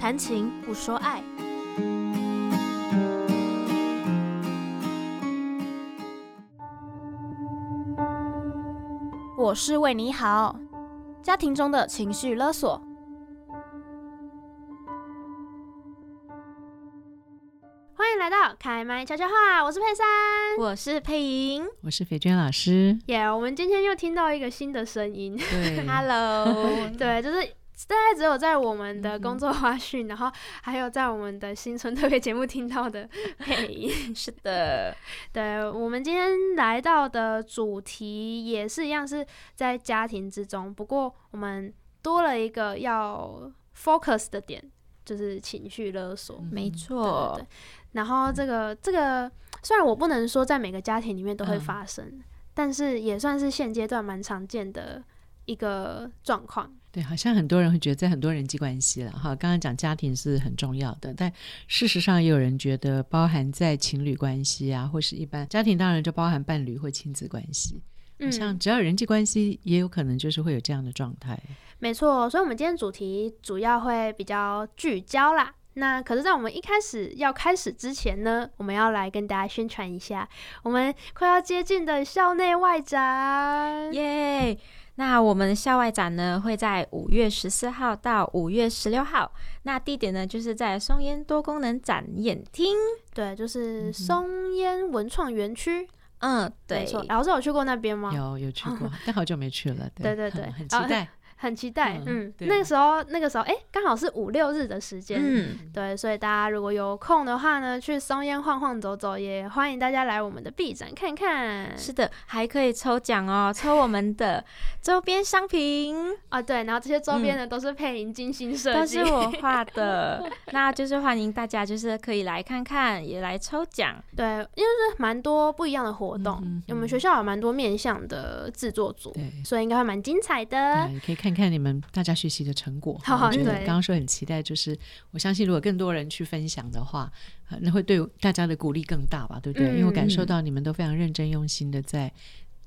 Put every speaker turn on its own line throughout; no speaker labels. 谈情不说爱。我是为你好，家庭中的情绪勒索。
欢迎来到开麦悄悄话，我是佩珊。
我是佩莹
我是肥娟老师。
耶、我们今天又听到一个新的声 音，
对，
，Hello，
对，就是大概只有在我们的
嗯
工作花絮，然后还有在我们的新春特别节目听到 的配音。
是的，
对我们今天来到的主题也是一样，是在家庭之中，不过我们多了一个要 focus 的点，就是情绪勒索。
没
对
错
对，
哦
对。然后这个这个，虽然我不能说在每个家庭里面都会
嗯
发生，但是也算是现阶段蛮常见的一个状况。
对，好像很多人会觉得在很多人际关系了哈。刚刚讲家庭是很重要的，但事实上也有人觉得包含在情侣关系啊，或是一般家庭，当然就包含伴侣或亲子关系。好像
嗯，
只要有人际关系，也有可能就是会有这样的状态。
没错。所以，我们今天主题主要会比较聚焦啦。那可是，在我们一开始要开始之前呢，我们要来跟大家宣传一下我们快要接近的校内外展。
耶、那我们校外展呢会在五月十四号到五月十六号，那地点呢就是在松烟多功能展演厅。
对，就是
嗯哼
松烟文创园区，
嗯，
没
对，
错。老师有去过那边吗？
有有去 过，但好久没去了。
哦对对对
很期
啊
待。
很期待，
嗯
嗯，
对
那个时候那个时候，哎、刚好是五六日的时间，
嗯，
对，所以大家如果有空的话呢，去松烟晃晃走走，也欢迎大家来我们的 B 展看看。
是的，还可以抽奖哦，抽我们的周边商品，
啊，对，然后这些周
嗯
边呢、都是配音精心设
都
计
是，我画 的，那就是欢迎大家就是可以来看看，也来抽奖。
对，因为是蛮多不一样的活动，
嗯哼
我们学校有蛮多面向的制作组，
对。嗯
所以应该会蛮精彩
那
的。
也可以看看你们大家学习的成果。
好
我觉得
对
刚刚说很期待，就是我相信如果更多人去分享的话，呃那会对大家的鼓励更大吧，对不对？
嗯
因为我感受到你们都非常认真用心的在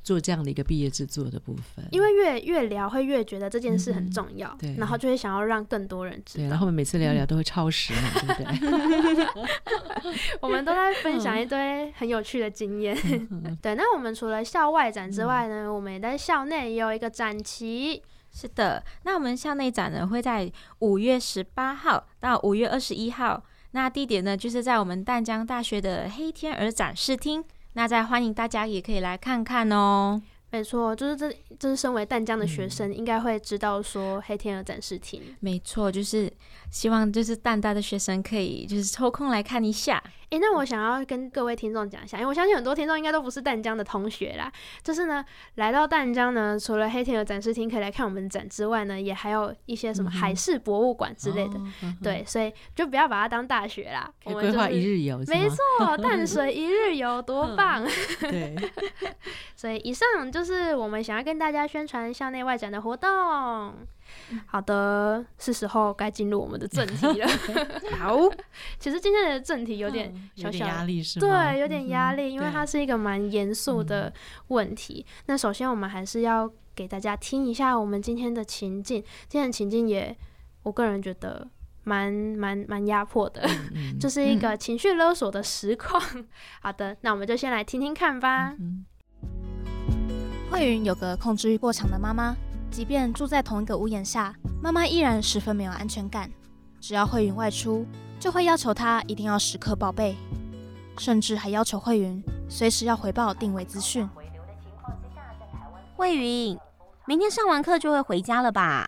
做这样的一个毕业制作的部分。
因为越越聊，会越觉得这件事很重要，
嗯对
然后就会想要让更多人知
对，
道。
然后我们每次聊聊都会超时嘛，
嗯
对不对？
我们都在分享
嗯
一堆很有趣的经验。 对，那我们除了校外展
嗯
之外呢，我们也在校内也有一个展期。
是的，那我们校内展呢会在五月十八号到五月二十一号，那地点呢就是在我们淡江大学的黑天鹅展示厅，那再欢迎大家也可以来看看哦。
没错，就是这，就是身为淡江的学
嗯
生，应该会知道说黑天鹅展示厅。
没错，就是希望就是淡大的学生可以就是抽空来看一下。
诶，
嗯
那我想要跟各位听众讲一下，因为我相信很多听众应该都不是淡江的同学啦。就是呢，来到淡江呢，除了黑天鹅展示厅可以来看我们的展之外呢，也还有一些什么
嗯哼
海事博物馆 之类的。
哦，嗯哼
对，，所以就不要把它当大学啦。
可
我
以
们
规划
就是
一日游，是
没
吗， 嗯
错，淡水一日游多棒！
对，
所以以上就是我们想要跟大家宣传校内外展的活动。
嗯
好的，是时候该进入我们的正题 了。
好，
其实今天的正题有点小
嗯有点
小
压力是吗？嗯
对，有点压力，因为
对
它是一个蛮严肃的问题。那首先我们还是要给大家听一下我们今天的情境，今天的情境也，我个人觉得蛮蛮蛮压迫的。
嗯，
就是一个情绪勒索的实况。 好的，那我们就先来听听看吧。
嗯
慧云有个控制欲过强的妈妈，即便住在同一个屋檐下，妈妈依然十分没有安全感。只要慧云外出，就会要求她一定要时刻报备，甚至还要求慧云随时要回报定位资讯。
慧云，明天上完课就会回家了吧？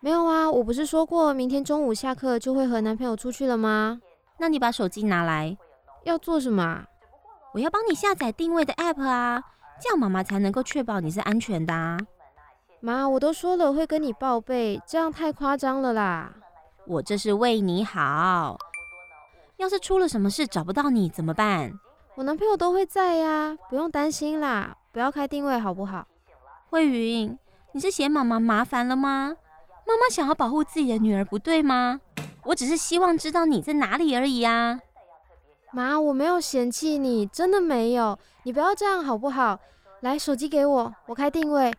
没有啊，我不是说过明天中午下课就会和男朋友出去了吗？
那你把手机拿来，
要做什么啊？
我要帮你下载定位的 app 啊，这样妈妈才能够确保你是安全的啊。
妈，我都说了会跟你报备，这样太夸张了啦！
我这是为你好。要是出了什么事找不到你怎么办？
我男朋友都会在呀、不用担心啦，不要开定位好不好？
慧云，你是嫌妈妈麻烦了吗？妈妈想要保护自己的女儿，不对吗？我只是希望知道你在哪里而已啊。
妈，我没有嫌弃你，真的没有，你不要这样好不好？来，手机给我，我开定位。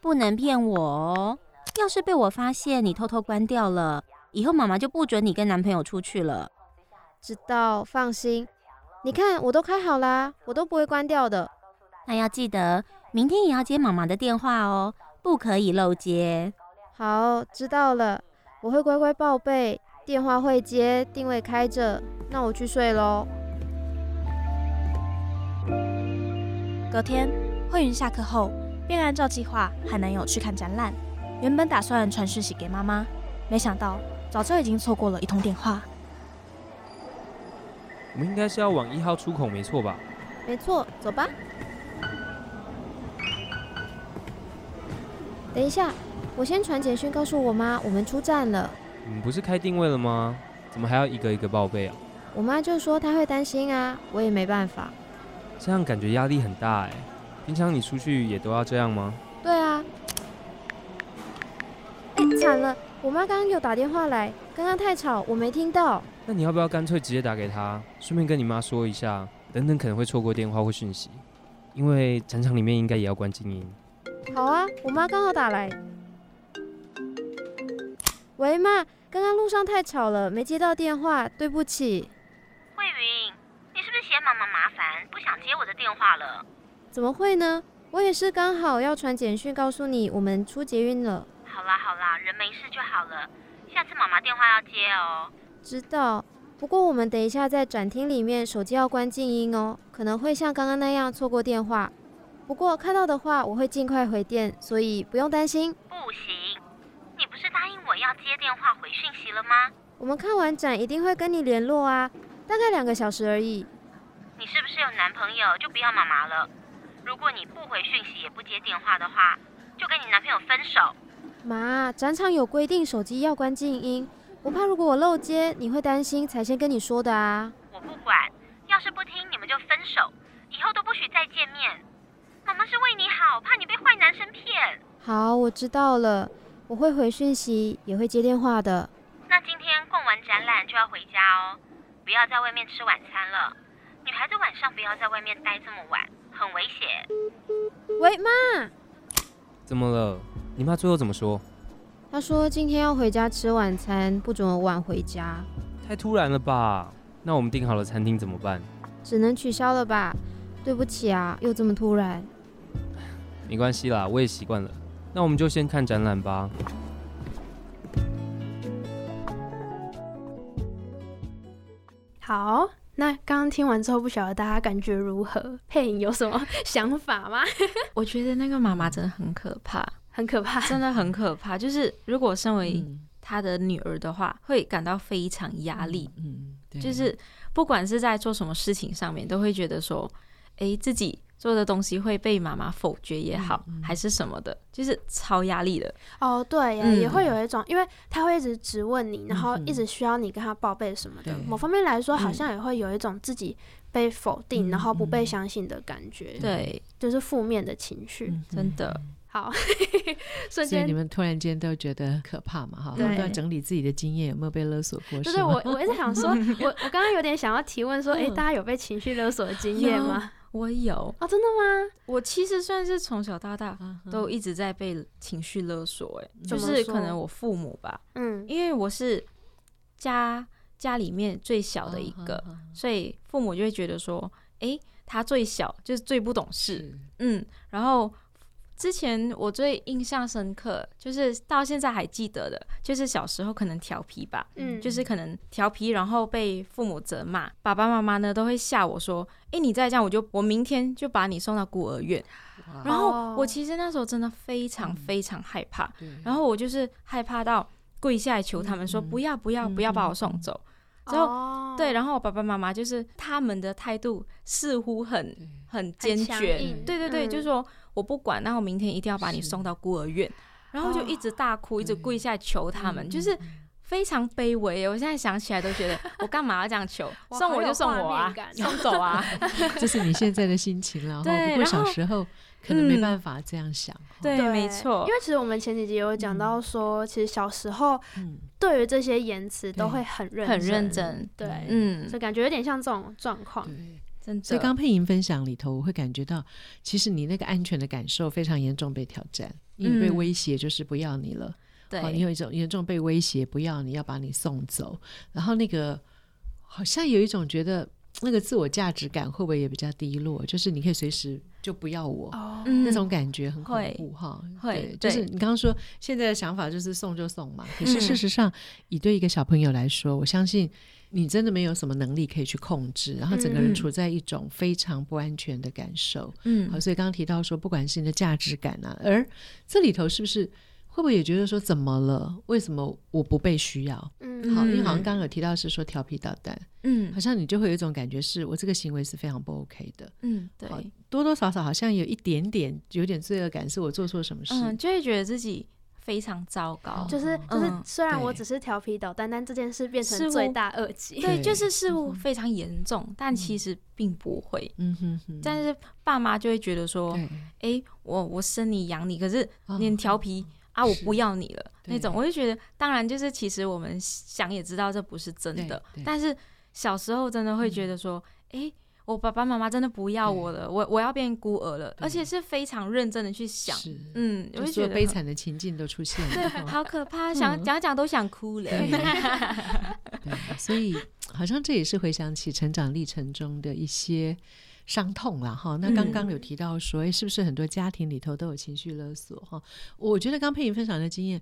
不能骗我哦！要是被我发现你偷偷关掉了，以后妈妈就不准你跟男朋友出去了。
知道，放心。你看，我都开好啦，我都不会关掉的。
那要记得明天也要接妈妈的电话哦，不可以漏接。
好，知道了，我会乖乖报备，电话会接，定位开着。那我去睡喽。
隔天，慧云下课后便按照计划和男友去看展览。原本打算传讯息给妈妈，没想到早就已经错过了一通电话。
我们应该是要往一号出口，没错吧？
没错，走吧。等一下，我先传简讯告诉我妈，我们出站了。
你们不是开定位了吗？怎么还要一个一个报备啊？
我妈就说她会担心啊，我也没办法。
这样感觉压力很大哎。平常你出去也都要这样吗？
对啊。哎、惨了，我妈刚刚有打电话来，刚刚太吵，我没听到。
那你要不要干脆直接打给他，顺便跟你妈说一下，等等可能会错过电话或讯息，因为展场里面应该也要关静音。
好啊，我妈刚好打来。喂，妈，刚刚路上太吵了，没接到电话，对不起。
慧云，你是不是嫌妈妈麻烦，不想接我的电话了？
怎么会呢？我也是刚好要传简讯告诉你，我们出捷运了。
好啦好啦，人没事就好了。下次妈妈电话要接哦。
知道，不过我们等一下在展厅里面，手机要关静音哦，可能会像刚刚那样错过电话。不过看到的话，我会尽快回电，所以不用担心。
不行，你不是答应我要接电话回讯息了吗？
我们看完展一定会跟你联络啊，大概两个小时而已。
你是不是有男朋友就不要妈妈了？如果你不回讯息也不接电话的话，就跟你男朋友分手。
妈，展场有规定手机要关静音，我怕如果我漏接，你会担心，才先跟你说的啊。
我不管，要是不听你们就分手，以后都不许再见面。妈妈是为你好，怕你被坏男生骗。
好，我知道了，我会回讯息，也会接电话的。
那今天逛完展览就要回家哦，不要在外面吃晚餐了。女孩子晚上不要在外面待这么晚，很危险。
喂，妈，
怎么了？你妈最后怎么说？
她说今天要回家吃晚餐，不准我晚回家，
太突然了吧？那我们订好了餐厅怎么办？
只能取消了吧？对不起啊，又这么突然。
没关系啦，我也习惯了。那我们就先看展览吧。
好，那刚刚听完之后，不晓得大家感觉如何？配影有什么 想法吗？
我觉得那个妈妈真的很可怕，
很可怕，
真的很可怕。就是如果身为
嗯
她的女儿的话，会感到非常压力，
嗯，对
就是不管是在做什么事情上面，都会觉得说，诶，自己做的东西会被妈妈否决也好，还是什么的，就是超压力的。
哦，对耶，
嗯
也会有一种，因为他会一直质问你，然后
嗯哼
一直需要你跟他报备什么的。
对
某方面来说，好像也会有一种自己被否定，
嗯
然后不被
嗯
相信的感觉，
对，
就是负面的情绪。
嗯
真的，
好，瞬
所以
间
你们突然间都觉得可怕嘛？哈，
对
他们都要整理自己的经验，有没有被勒索过？
就是是
吗
我，我一直想说，我我刚刚有点想要提 问说，
嗯
诶，大家有被情绪勒索的经验吗？
我有，
哦，真的吗？
我其实算是从小到大
嗯哼
都一直在被情绪勒索、诶，就
怎么
是
说
可能我父母吧，
嗯，
因为我是家家里面最小的一个，
嗯嗯嗯
所以父母就会觉得说，诶，他最小就是最不懂事，
是
嗯，然后之前我最印象深刻，就是到现在还记得的，就是小时候可能调皮吧，
嗯
就是可能调皮，然后被父母责骂，爸爸妈妈呢都会吓我说，诶，你再这样，我就我明天就把你送到孤儿院。
哇
然
哦
后我其实那时候真的非常非常害怕，然后我就是害怕到跪下来求他们说、不要不要不要把我送走。之后
哦
对，然后我爸爸妈妈就是他们的态度似乎很很坚
强
决
硬，
对对对，
嗯
就说我不管，那我明天一定要把你送到孤儿院，然后就一
啊
直大哭，一直跪下来求他
嗯
们，就是非常卑微耶。我现在想起来都 觉得我干嘛要这样求？
哇
送
好
我
有
就送
画
我
面
啊
感， 哦
送 走啊，
嗯这是你现在的心情 了。哈
对
不过
然
小
后
时候可能没
嗯
办法这样想。哈，
对，
对
没错
因，
嗯
为其实我们前几集有讲到说，其实小时候
嗯，
对于这些言辞都会很认
很
真
认真，
对，
嗯
所，以感觉有点像这种状况。
对。
真
所以
的
刚，佩莹分享里头，我会感觉到，其实你那个安全的感受非常严重被挑战，因为被
嗯
威胁就是不要你了，哦，你
对，
有一种严重被威胁，不要你要把你送走，然后那个好像有一种觉得那个自我价值感会不会也比较低落？就是你可以随时就不要我。
哦，
那
嗯
种感觉很恐
会
怖哈，
会
对就是
对
你刚刚说现在的想法就是送就送嘛，可是
嗯
事实上，以对一个小朋友来说，我相信你真的没有什么能力可以去控制，然后整个人
嗯
处在一种非常不安全的感受。好，
嗯，
所以刚刚提到说，不管是你的价值感啊，而这里头是不是会不会也觉得说，怎么了？为什么我不被需要？
嗯，
好，因为
嗯
好像刚刚有提到是说调皮捣蛋，
嗯
好像你就会有一种感觉是，我这个行为是非常不 OK 的，
嗯，
好
对，
多多少少好像有一点点有点罪恶感，是我做错什么事？
嗯，就会觉得自己非常糟糕
哦，
就是就是
嗯，
虽然我
对
只是调皮捣蛋，但这件事变
是
成
我
罪大恶极。
对，
对
就是事物非常严重，但其实并不会。
嗯哼哼，
但是爸妈就会觉得说，
对，
哎，我我生你养你，可是
哦
你很调皮啊，我不要你了
对
那种。我就觉得，当然就是其实我们想也知道这不是真的
对对，嗯
但是小时候真的会觉得说，诶，我爸爸妈妈真的不要我了，我我要变孤儿了，
对
而且是非常认真的去想，
是，
嗯，我
就
就
所
觉
有
得
悲
很，
惨的情境都出现了。哈
好可 怕，
嗯
想讲讲都想哭了。
对，所以好像这也是回想起成长历程中的一些伤痛啦，哈。那刚刚有提到说，诶是不是很多家庭里头都有情绪勒索？哈，我觉得刚佩莹分享的经验，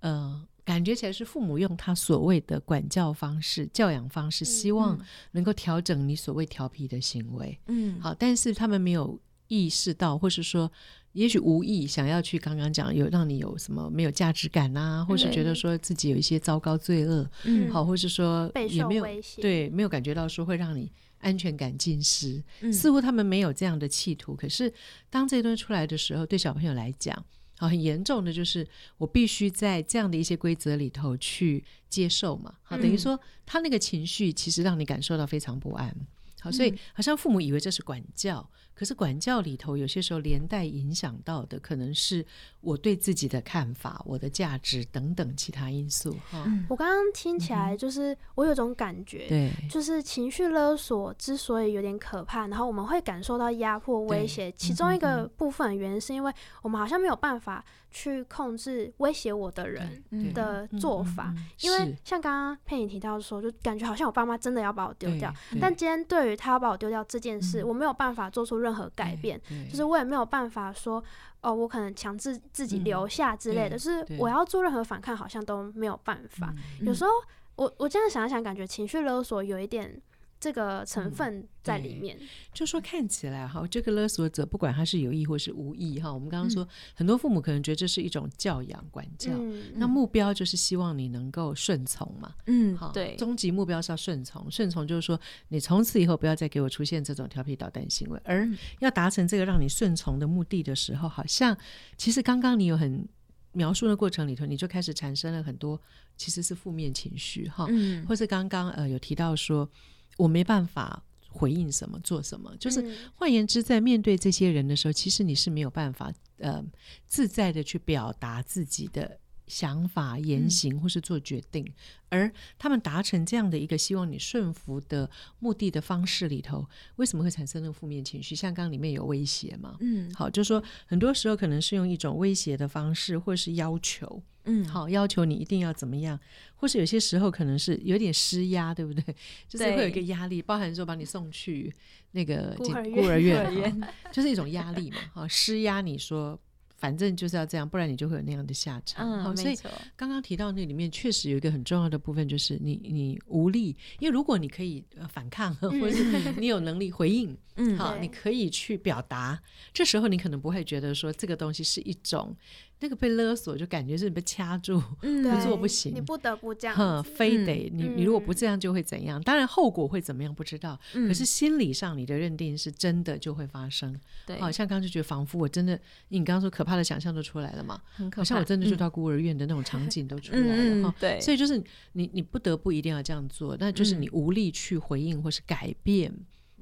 呃，感觉起来是父母用他所谓的管教方式、教养方式，希望能够调整你所谓调皮的行为。
嗯，
好，但是他们没有意识到，或是说，也许无意想要去刚刚讲有让你有什么没有价值感啊，或是觉得说自己有一些糟糕罪恶，
嗯
好，或是说
备
也
受
没有
威胁
对没有感觉到说会让你安全感尽失，
嗯
似乎他们没有这样的企图。可是当这一段出来的时候，对小朋友来讲。好，很严重的就是我必须在这样的一些规则里头去接受嘛。好，等于
嗯
说他那个情绪其实让你感受到非常不安。好，所以好像父母以为这是管教，可是管教里头有些时候连带影响到的可能是我对自己的看法、我的价值等等其他因素。哈，
我刚刚
嗯
听起来就是我有种感觉，
对，
就是情绪勒索之所以有点可怕，然后我们会感受到压迫、威
对嗯
胁，其中一个部分原因是因为我们好像没有办法去控制威胁我的人
对
嗯的做法，，
嗯嗯嗯
因为
是
像刚刚佩影提到说，就感觉好像我爸妈真的要把我丢
对
掉，
对
但今天对于他要把我丢掉这件事，
嗯
我没有办法做出任何改
对
变，
对
就是我也没有办法说，哦，我可能强制自己
嗯
留下之类的，就
对
是
对
我要做任何反抗，好像都没有办法。
嗯
有时候我我这样想一想，感觉情绪勒索有一点这个成分在里
嗯对
面。嗯
就说看起来哈，这个勒索者不管他是有意或是无意哈，我们刚刚说很多父母可能觉得这是一种教养管教，
嗯，
那目标就是希望你能够顺从嘛。
嗯
好，，
对，
终极目标是要顺从，顺从就是说，你从此以后不要再给我出现这种调皮捣蛋行为。而
嗯
要达成这个让你顺从的目的的时候，好像其实刚刚你有很描述的过程里头，你就开始产生了很多其实是负面情绪哈，
嗯
或是刚刚呃有提到说我没办法回应什么做什么，就是
嗯
换言之，在面对这些人的时候，其实你是没有办法呃自在的去表达自己的想法、言行或是做决定，而他们达成这样的一个希望你顺服的目的的方式里头，为什么会产生那个负面情绪？像刚刚里面有威胁嘛？
嗯
好，就是说很多时候可能是用一种威胁的方式，或是要求，
嗯，
好要求你一定要怎么样，或是有些时候可能是有点施压，对不对？就是会有一个
对
压力，包含说把你送去那个
孤
健
儿院
孤儿
孤儿
院
院
哈，就是一种压力嘛，哈，施压你说。反正就是要这样，不然你就会有那样的下场。好
嗯，
所
没
以
错，
刚刚提到那里面确实有一个很重要的部分，就是你你无力，因为如果你可以呃反抗，或者是你有能力回应，
嗯，
好，
对
你可以去表达。这时候你可能不会觉得说这个东西是一种那个被勒索，就感觉是你被掐住，
嗯，
对，
不做不
你
行
不得不这样
哼，
子。
非得你你如果不这样就会怎样？当然后果会怎么样不知道，
嗯
可是心理上你的认定是真的就会发生。
对，
好像刚刚就觉得仿佛我真的，你刚刚说可怕的想象都出来了嘛，
很可
好像
怕
我真的就到孤儿院的那种场景都出来了
嗯嗯
哈，。
对，
所以就是你，你不得不一定要这样做，那就是
嗯
你无力去回应或是改变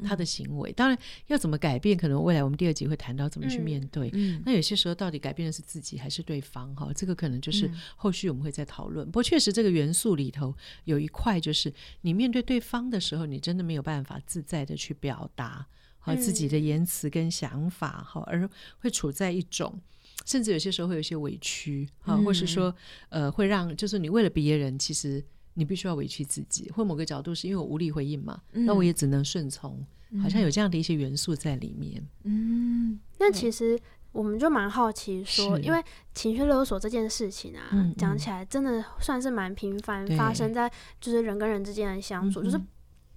他的行为。当然，要怎么改变，可能未来我们第二集会谈到怎么去
嗯
面对。
嗯，
那有些时候到底改变的是自己还是对方？哈，这个可能就是
嗯
后续我们会再讨论。不过确实这个元素里头有一块就是你面对对方的时候，你真的没有办法自在的去
嗯
表达好自己的言辞跟想法，好、而会处在一种。甚至有些时候会有一些委屈哈、
嗯
或是说呃，会让就是你为了别人，其实你必须要委屈自己，或某个角度是因为我无力回应嘛，那
嗯
我也只能顺从，好像有这样的一些元素在里面。
嗯
那其实我们就蛮好奇说，
是
因为情绪勒索这件事情啊
嗯，
讲
嗯
起来真的算是蛮频繁
对
发生在就是人跟人之间的相处，就是
嗯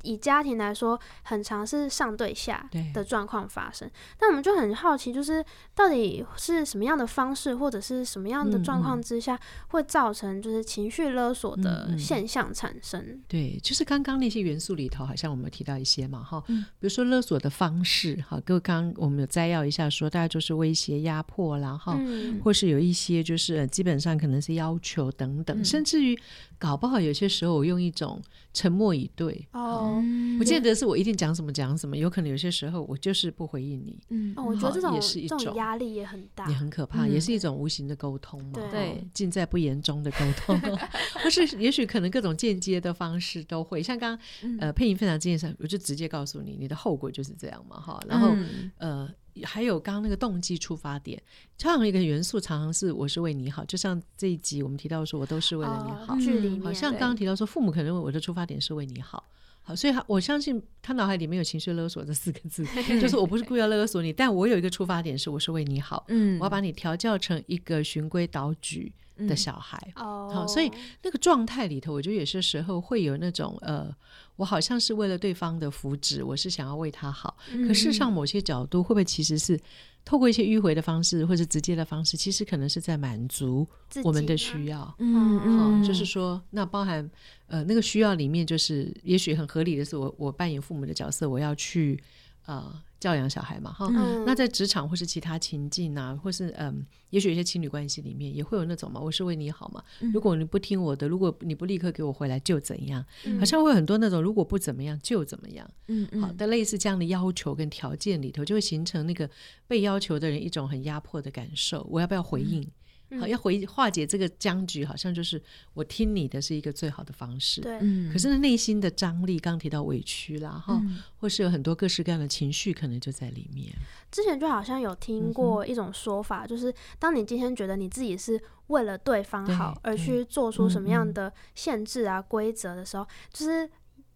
以家庭来说，很常是上对下
对
的状况发生。那我们就很好奇，就是到底是什么样的方式，或者是什么样的
嗯
状况
嗯
之下，会造成就是情绪勒索
嗯
的
嗯
现象产生？
对，就是刚刚那些元素里头，好像我们有提到一些嘛，哈，
嗯
比如说勒索的方式，哈，各位刚刚我们有摘要一下说，大概就是威胁、压迫啦，哈，
嗯，
或是有一些就是、呃基本上可能是要求等等，
嗯
甚至于搞不好有些时候我用一种沉默以对，
哦，
嗯
不见得是我一定讲什么讲什么，有可能有些时候我就是不回应你，
嗯
哦，我觉得
好
这种
也是一
这种
种
压力也很大
也。很可怕，
嗯
也是一种无形的沟通嘛，
对
哦，尽在不言中的沟 通，或是也许可能各种间接的方式都会，像刚刚
嗯
呃佩莹分享这件事，我就直接告诉你，你的后果就是这样嘛，哈，然后、
嗯
呃。还有刚刚那个动机出发点，这样一个元素常常是我是为你好，就像这一集我们提到说，我都是为了你
哦
好，
距
嗯
离
好
面
像
对
刚刚提到说，父母可能认为我的出发点是为你好，好，所以他我相
嗯
信他脑海里面有情绪勒索这四个 字，就是我不是故意要勒索你，但我有一个出发点是我是为你好，
嗯
我要把你调教成一个循规蹈矩的
嗯
小孩。
哦，
好所以那个状态里头，我觉得有些时候会有那种呃，我好像是为了对方的福祉，我是想要为他好，可事实上某些角度会不会其实是透过一些迂回的方式或者直接的方式，其实可能是在满足
自
我们
己
的
吗
需要。
嗯
嗯，
嗯，
就是说，那包含呃那个需要里面，就是也许很合理的是我，我扮演父母的角色，我要去呃教养小孩嘛，哈。
嗯
那在职场或是其他情境啊，或是嗯，也许有些情侣关系里面也会有那种嘛，我是为你好嘛。
嗯
如果你不听我的，如果你不立刻给我回来就怎样，
嗯
好像会有很多那种如果不怎么样就怎么样，
嗯嗯
好的类似这样的要求跟条件里头，就会形成那个被要求的人一种很压迫的感受。我要不要回应？
嗯
好，要回化解这个僵局，好像就是我听你的是一个最好的方式。
对，
嗯
可是呢内心的张力，刚提到委屈啦，哈、或是有很多各式各样的情绪，可能就在里面。
之前就好像有
嗯
听过一种说法，就是当你今天觉得你自己是为了对方好
对嗯
而去做出什么样的限制啊、规则的时候，就是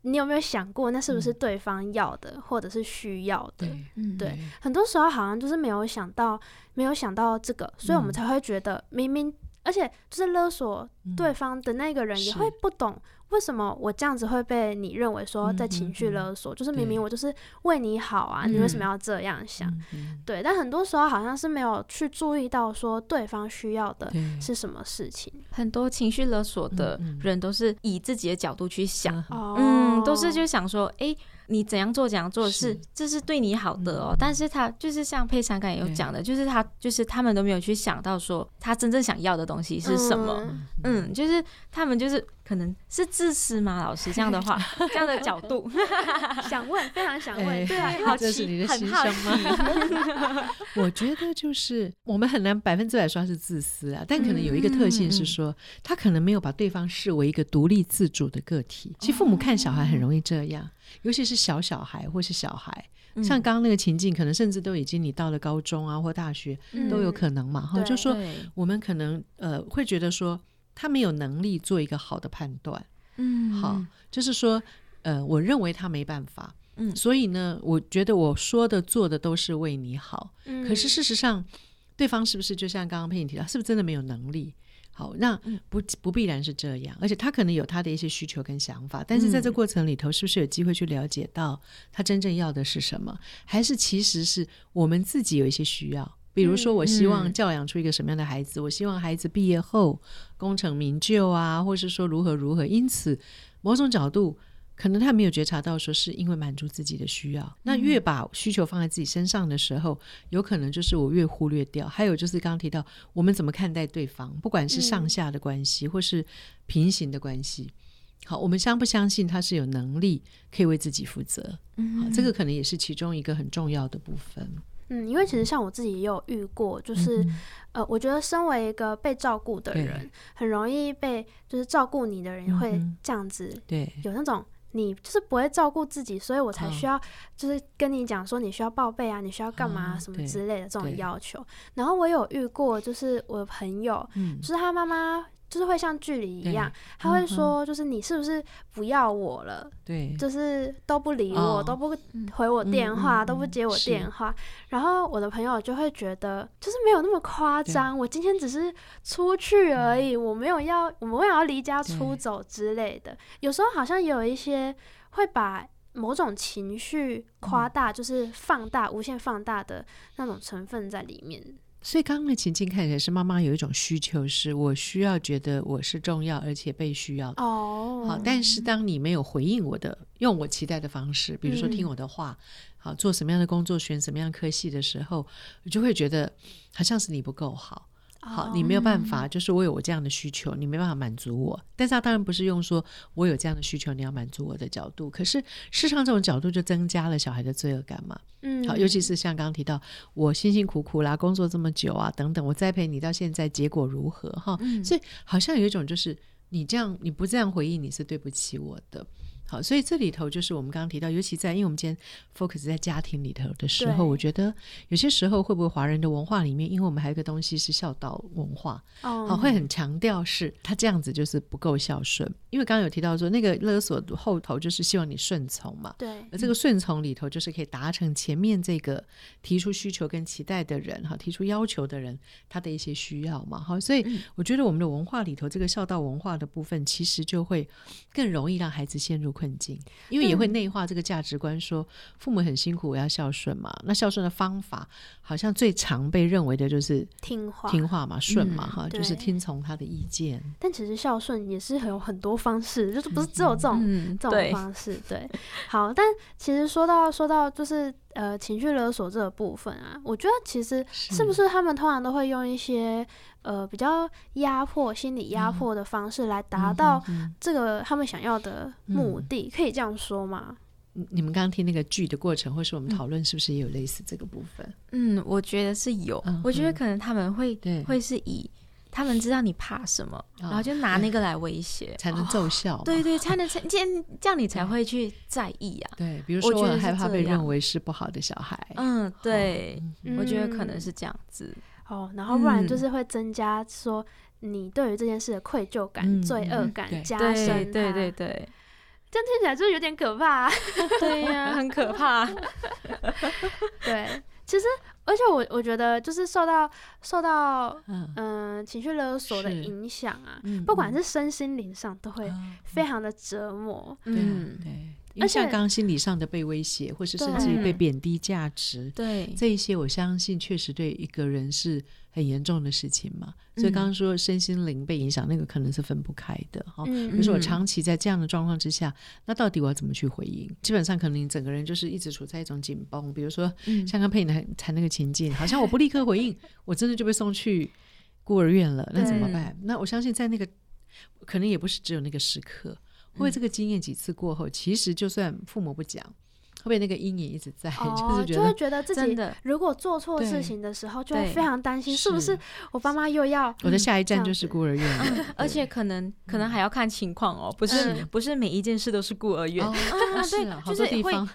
你有没有想过，那是
嗯
不是对方要的，或者是需要的？
嗯
对很多时候好像就是没有想到，没有想到这个，所以我
嗯
们才会觉得明明，而且就是勒索
嗯
对方的那个人也
是
会不懂为什么我这样子会被你认为说在
嗯
情
嗯
绪
嗯
勒索，就是明
对
明我就是为你好啊，你为什么要这样想？
嗯嗯
对，但很多时候好像是没有去注意到说对方需要的
嗯对，
是什么事情。
很多情绪勒索的
嗯嗯
人都是以自己的角度去想，
嗯
哦
嗯，都是就想说，诶，你怎样做怎样做是
是嗯
这是对你好的哦。但是他就是像佩珊刚才有
对
讲的，就是他就是他们都没有去想到说他真正想要的东西是什么。
嗯
嗯就是他们就是可能是自私吗？老师这样的 话，这样的角度，
想问，非常想
哎
问，对啊，因为
好
这是
奇
你的
很
心
好
声吗？ 我觉得就是我们很难百分之百说他是自私啊，但可能有一个特性
嗯
是说，他可能没有把对方视为一个独立自主的个体。其实父母看小孩很
哦
容易这样，尤其是小小孩或是小孩，
嗯
像刚刚那个情境，可能甚至都已经你到了高中啊或大学都有可能嘛，哈、
对
就说
嗯对
我们可能呃会觉得说他没有能力做一个好的判断。
嗯
好，就是说，呃，我认为他没办法，
嗯
所以呢，我觉得我说的、做的都是为你好。
嗯
可是事实上，对方是不是就像刚刚佩颖提到，是不是真的没有能力？好，那
嗯
不不必然是这样，而且他可能有他的一些需求跟想法，但是在这
嗯
过程里头，是不是有机会去了解到他真正要的是什么？还是其实是我们自己有一些需要？比如说，我希望
嗯
教养出一个什么样的孩子？我希望孩子毕业后功成名就啊，或是说如何如何。因此，某种角度，可能他没有觉察到，说是因为满足自己的需要。那
嗯
越把需求放在自己身上的时候，有可能就是我越忽略掉。还有就是刚刚提到，我们怎么看待对方，不管是
嗯
上下的关系，或是平行的关系。好，我们相不相信他是有能力可以为自己负责？嗯，好，这个可能也是其中一个很重要的部分。
嗯，因为其实像我自己也有遇过，就是、呃，我觉得身为一个被照顾的
嗯对
人，很容易被就是照顾你的人
嗯
会
哼
这样子，
对，
有那种你就是不会照顾自己，所以我才
嗯
需要就是跟你讲说你需要报备啊，你需要干嘛、
嗯
什么
对
之类的这种
对
要求。然后我有遇过，就是我的朋友，
嗯
就，是他妈妈就是会像距离一
对
样，他
嗯
会
哼
说就是你是不是不要我了，
对，
就是都不理我，
哦
都不
嗯
回我
嗯
电话，
嗯
都不
嗯
接我
是
电话。然后我的朋友就会觉得，就是没有那么夸
对嗯
张，我今天只是出去而已，我没有要，我没有要离家出
对
走之类的。有时候好像也有一些会把。某种情绪
嗯
夸大，就是放大、无限放大的那种成分在里面。
所以刚刚的情境看起来是妈妈有一种需求，是我需要觉得我是重要而且被需要的。
哦，
好，但是当你没有回应我的，用我期待的方式，比如说听
嗯
我的话，好做什么样的工作，选什么样科系的时候，我就会觉得好像是你不够好。好，
哦
你没有办法，就是我有我这样的需求，你没办法满足我。但是他当然不是用说我有这样的需求，你要满足我的角度。可是事实上，这种角度就增加了小孩的罪恶感嘛。
嗯，
好，尤其是像刚刚提到，我辛辛苦苦啦，工作这么久啊，等等，我栽培你到现在，结果如何哈？
嗯
所以好像有一种就是你这样，你不这样回应，你是对不起我的。好，所以这里头就是我们刚刚提到，尤其在因为我们今天 focus 在家庭里头的时候，
对
我觉得有些时候会不会华人的文化里面，因为我们还有一个东西是孝道文化，好，
哦，
会很强调是他这样子就是不够孝顺，因为刚刚有提到说那个勒索后头就是希望你顺从嘛，
对，
而这个顺从里头就是可以达成前面这个提出需求跟期待的人哈，提出要求的人他的一些需要嘛，好，所以
嗯
我觉得我们的文化里头这个孝道文化的部分，其实就会更容易让孩子陷入困境，因为也会
嗯
内化这个价值观说，父母很辛苦，我要孝顺嘛，那孝顺的方法好像最常被认为的就是
听话，
听话嘛，顺嘛，
嗯
哈，就是
对
听从他的意见。
但其实孝顺也是很有很多方式，就是不是只有这种、
嗯，
这种
对，
方式。对， 好，但其实说到说到就是呃情绪勒索这个部分啊，我觉得其实
嗯
是不
是
是他们通常都会用一些呃比较压迫、心理压
嗯
迫的方式来达到
嗯
这个他们想要的目
嗯
的，可以这样说吗？
你嗯你们刚刚听那个剧的过程，或是我
嗯
们讨论，是不是也有类似这个部分？
嗯，我觉得是有，
嗯
我觉得
哼
可能他们会
对
会是以他们知道你怕什么，然后就拿那个来 威胁，
才能奏效嘛、
哦对对，才能才这样这样你才会去在意啊。
对，比如
我
说我
觉得
很
是
害怕
这
被认
样
为是不好的小孩，
嗯，对，
嗯
我觉得可能是这样子。
哦，然后不然
嗯
就是会增加说你对于这件事的愧疚感、
嗯
罪恶
嗯
感、
对
加
对
深
对
它
对对
这样听起来就是有点可怕、 啊。
对呀，很可怕。
对， 其实而且我我觉得就是受到受到
嗯
嗯、情绪勒索的
是
影响啊，
嗯
不管是身心灵上都会
嗯
非常的折磨。
嗯
嗯，
对啊，对因为像
且
刚刚心理上的被威胁，或是甚
对
至于被
嗯
贬低价值，
对，
这一些我相信确实对一个人是很严重的事情嘛。所以刚刚说身心灵被影响，那个可能是分不开的哈。
嗯，
比如说我长期在这样的状况之下，那到底我要怎么去回应？基本上可能你整个人就是一直处在一种紧绷。比如说
嗯
像刚佩你谈那个情境，好像我不立刻回应，我真的就被送去孤儿院了，那怎么
对
办？那我相信在那个可能也不是只有那个时刻，因
嗯
为这个经验几次过后，其实就算父母不讲，会不会那个阴影一直在？
哦， 就
就是觉
会
得。
觉得自
嗯真
己
的
如果做错事
对
情的时候，就会
对
非常担心，是不是
是
我爸妈又要嗯
我的下一
这
站
样
就是
子
孤儿院 了，
嗯而且可能可能还要看情况哦，不
是
是不是每一件事都是孤儿院
哦。
啊
是
对
啊，好
就
多
是
地
会
方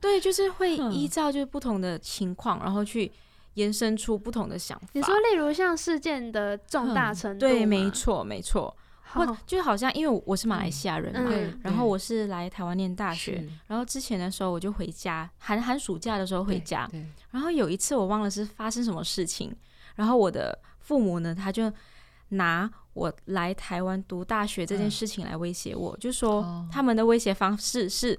对，就是会依照就是不同的情况，然后去延伸出不同的想法。
你说，例如像事件的重大
嗯
程度、
对，没，错，没错。或
好，
就好像因为我是马来西亚人嘛，
嗯
对
然后我是来台湾念大学，
是
然后之前的时候我就回家，寒寒暑假的时候回
对
家，
对
然后有一次我忘了是发生什么事情，然后我的父母呢，他就拿我来台湾读大学这件
嗯
事情来威胁我，就说
哦
他们的威胁方式是。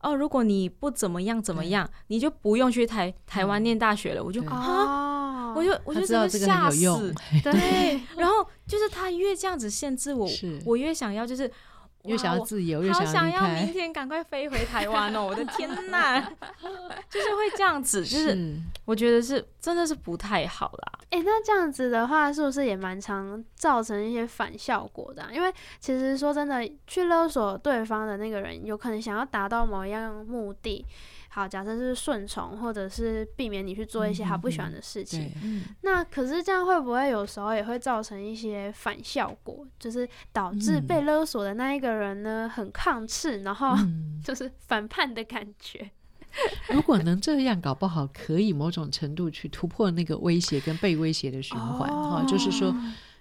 哦，如果你不怎么样怎么
对
样，你就不用去台台湾
嗯
念大学了。我就
对
啊，
哦，
我就我
他知
就真
道
的
这个
吓
很有
死。
用，
对，
然后就是他越这样子限制我
是，
我越想要就是
又
哇
想要
我
自由，又
好
要
想
离
要明
开，
天赶快飞回台湾哦！我的 天呐，就是会这样子，就是我觉得是真的是不太好啦。
哎、那这样子的话，是不是也蛮常造成一些反效果的啊、因为其实说真的，去勒索对方的那个人，有可能想要达到某一样目的。好，假设是顺从，或者是避免你去做一些他不喜欢的事情。
嗯对，
嗯
那可是这样会不会有时候也会造成一些反效果，就是导致
嗯
被勒索的那一个的人呢很抗斥，然后
嗯，
就是反叛的感觉。
如果能这样，搞不好可以某种程度去突破那个威胁跟被威胁的循环
哦
哈、就是说，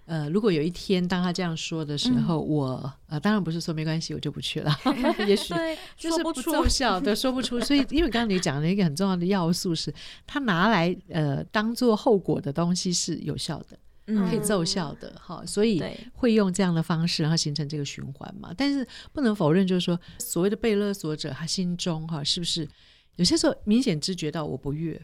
呃，如果有一天当他这样说的时候，
嗯
我呃，当然不是说没关系，我就不去了， 也许
对，
就是
说不出
奏效对，说不出。所以，因为刚刚你讲的一个很重要的要素是，它拿来呃当做后果的东西是有效的，
嗯
可以奏效的哈、所以
对
会用这样的方式，然后形成这个循环嘛。但是不能否认，就是说所谓的被勒索者，他心中哈、是不是有些时候明显知觉到我不悦，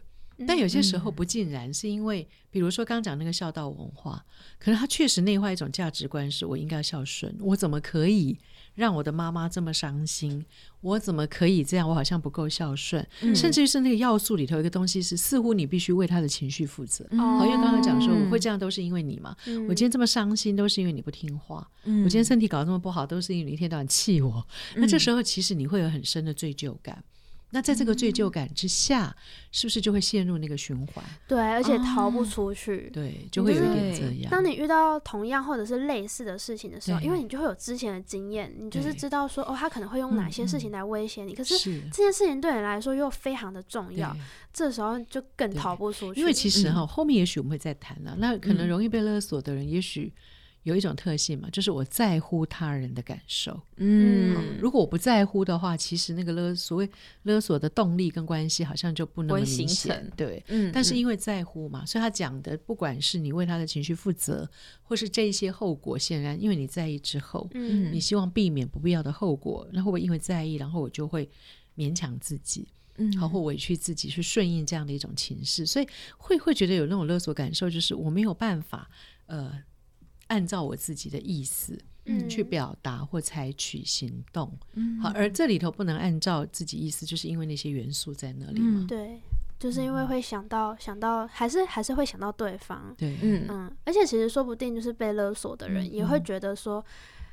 但有些时候不尽然，是因为比如说刚讲那个孝道文化，可能他确实内化一种价值观，是我应该要孝顺，我怎么可以让我的妈妈这么伤心？我怎么可以这样？我好像不够孝顺，
嗯
甚至于是那个要素里头有一个东西是，似乎你必须为他的情绪负责。
哦
好，因为刚刚讲说我会
嗯
这样都是因为你嘛，
嗯
我今天这么伤心都是因为你不听话，
嗯
我今天身体搞得这么不好都是因为你一天到晚气我。那这时候其实你会有很深的罪疚感。那在这个罪疚感之
嗯
下，是不是就会陷入那个循环？
对，而且逃
哦
不出去。
对，就会有一点这样。
当你遇到同样或者是类似的事情的时候，
对
因为你就会有之前的经验，你就是
对嗯
知道说哦，他可能会用哪些事情来威胁你。可是
是
这件事情对你来说又非常的重要，
对
这时候就更
对
逃不出去。
因为其实哈、
嗯
后面也许我们会再谈了、那可能容易被勒索的人，也许有一种特性嘛，就是我在乎他人的感受。
嗯，
如果我不在乎的话，其实那个勒所谓勒索的动力跟关系好像就不那
不
么
会
明
形
显
成。
对，
嗯
但是
嗯
因为在乎嘛，所以他讲的，不管是你为他的情绪负责，或是这一些后果，显然因为你在意之后，
嗯，
你希望避免不必要的后果，那会不会因为在意，然后我就会勉强自己，
嗯
好或委屈自己去顺应这样的一种情势，所以会会觉得有那种勒索感受，就是我没有办法，呃，按照我自己的意思
嗯
去表达或采取行动，
嗯
好，而这里头不能按照自己意思，就是因为那些元素在那里嘛，
嗯
对，就是
嗯
因为会想到想到，还是还是会想到对方。
对，
嗯
嗯，而且其实说不定就是被勒索的人
嗯
也会
嗯
觉得说，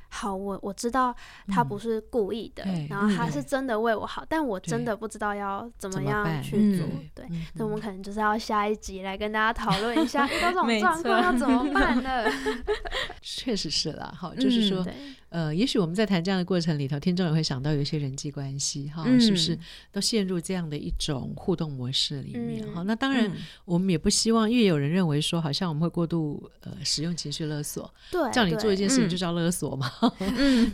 好，我我知道他不是故意的，
对
然后他
嗯
是真的为我好，但我真
对
的不知道要怎
怎
么
么
样
办
去
嗯
做。对，那我们可能就是要下一集来跟大家讨论一 下，遇到这种
没
状况
错
要怎么办呢？
确实是啦，好，就是
嗯
说，
对，
呃，也许我们在谈这样的过程里头，听众也会想到有一些人际关系哈，是不是
嗯
都陷入这样的一种互动模式里面？
嗯
哈，那当然，我们也不希望，因为有人认为说，好像我们会过度呃使用情绪勒索，
对，
叫你做一
哎对
件事情
嗯
就叫勒索嘛。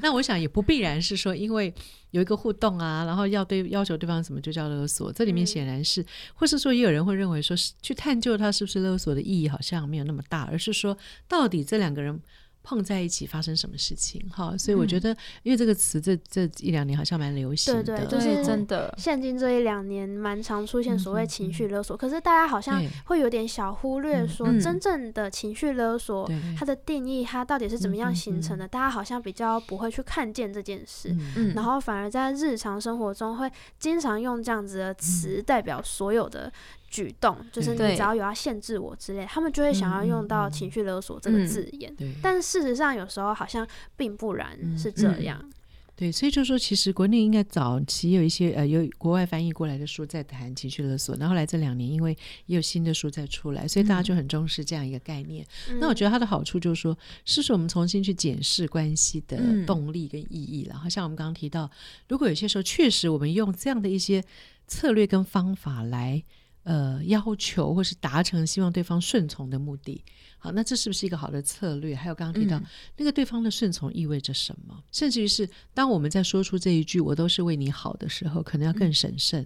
那我想也不必然是说，因为有一个互动啊，然后要对要求对方什么就叫勒索，这里面
嗯
显然是，或是说也有人会认为说，是去探究他是不是勒索的意义好像没有那么大，而是说到底这两个人。碰在一起发生什么事情？哈，所以我觉得，因为这个词这这一两年好像蛮流行的，
嗯对就
对
是
真的，
现今这一两年蛮常出
嗯
现所谓情绪勒索，可是大家好像
对
会有点小忽略，
嗯
说
嗯
真正的情绪勒索、
对嗯
它的定义，它到底是怎么样形成的？大家好像比较不会去看见这件事。
嗯，
嗯
然后反而在日常生活中会经常用这样子
嗯
的词代表所有的举动，就是你
对
只要有要限制我之类，他们就会想
嗯
要用到情绪勒索这个
嗯
字眼。
对。
但事实上，有时候好像并不然
嗯
是这
嗯
样。
对，所以就说，其实国内应该早期有一些呃，有国外翻译过来的书在谈情绪勒索，然后后来这两年因为也有新的书在出来，所以大家就很重视这样一个概念。那
嗯
我觉得它的好处就是说，是不是我们重新去检视关系的
嗯
动力跟意义然后像我们刚刚提到，如果有些时候确实我们用这样的一些策略跟方法来。呃，要求或是达成希望对方顺从的目的，好，那这是不是一个好的策略？还有刚刚提到，
嗯
那个对方的顺从意味着什么？甚至于是当我们在说出这一句“我都是为你好”的时候，可能要更审慎。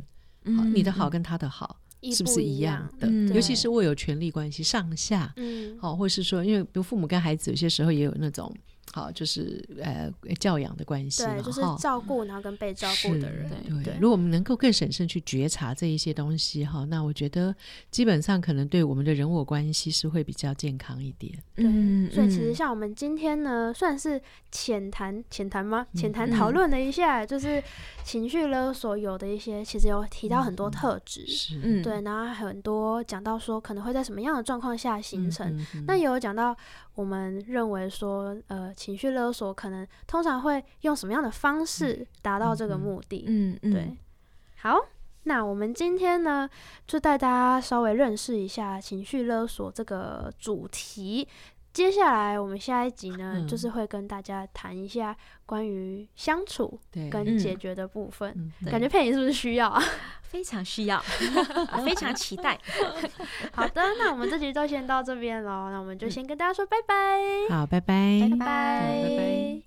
好，你的好跟他的好
嗯一
是不
步
是
一
样的？
嗯
尤其
对
是握有权力关系上下，
嗯，
好、或是说，因为比如父母跟孩子有些时候也有那种好，就是呃教养的关系
对，
了
就是
哈
照顾然后跟被照顾的
是
人，
对，
对
如果我们能够更审慎去觉察这一些东西哈，那我觉得基本上可能对我们的人我关系是会比较健康一点。
嗯，
所以其实
嗯
像我们今天呢，算是浅谈浅谈吗？浅谈
嗯
讨
嗯
论了一下，就是情绪勒索有的一些，其实有提到很多特质，
嗯是，
嗯
对，然后很多讲到说可能会在什么样的状况下形
嗯
成。
嗯嗯
那也有讲到，我们认为说，呃，情绪勒索可能通常会用什么样的方式达到这个
嗯嗯
目的？
嗯嗯
对，好，那我们今天呢，就带大家稍微认识一下情绪勒索这个主题。接下来我们下一集呢，
嗯
就是会跟大家谈一下关于相处
对，
跟
嗯
解决的部分。
嗯
感觉佩妮是不是需 要啊？
非常需要，非常期待。
好的，那我们这集就先到这边喽。那我们就先跟大家说拜拜，
嗯哎好，拜拜，
拜
拜拜。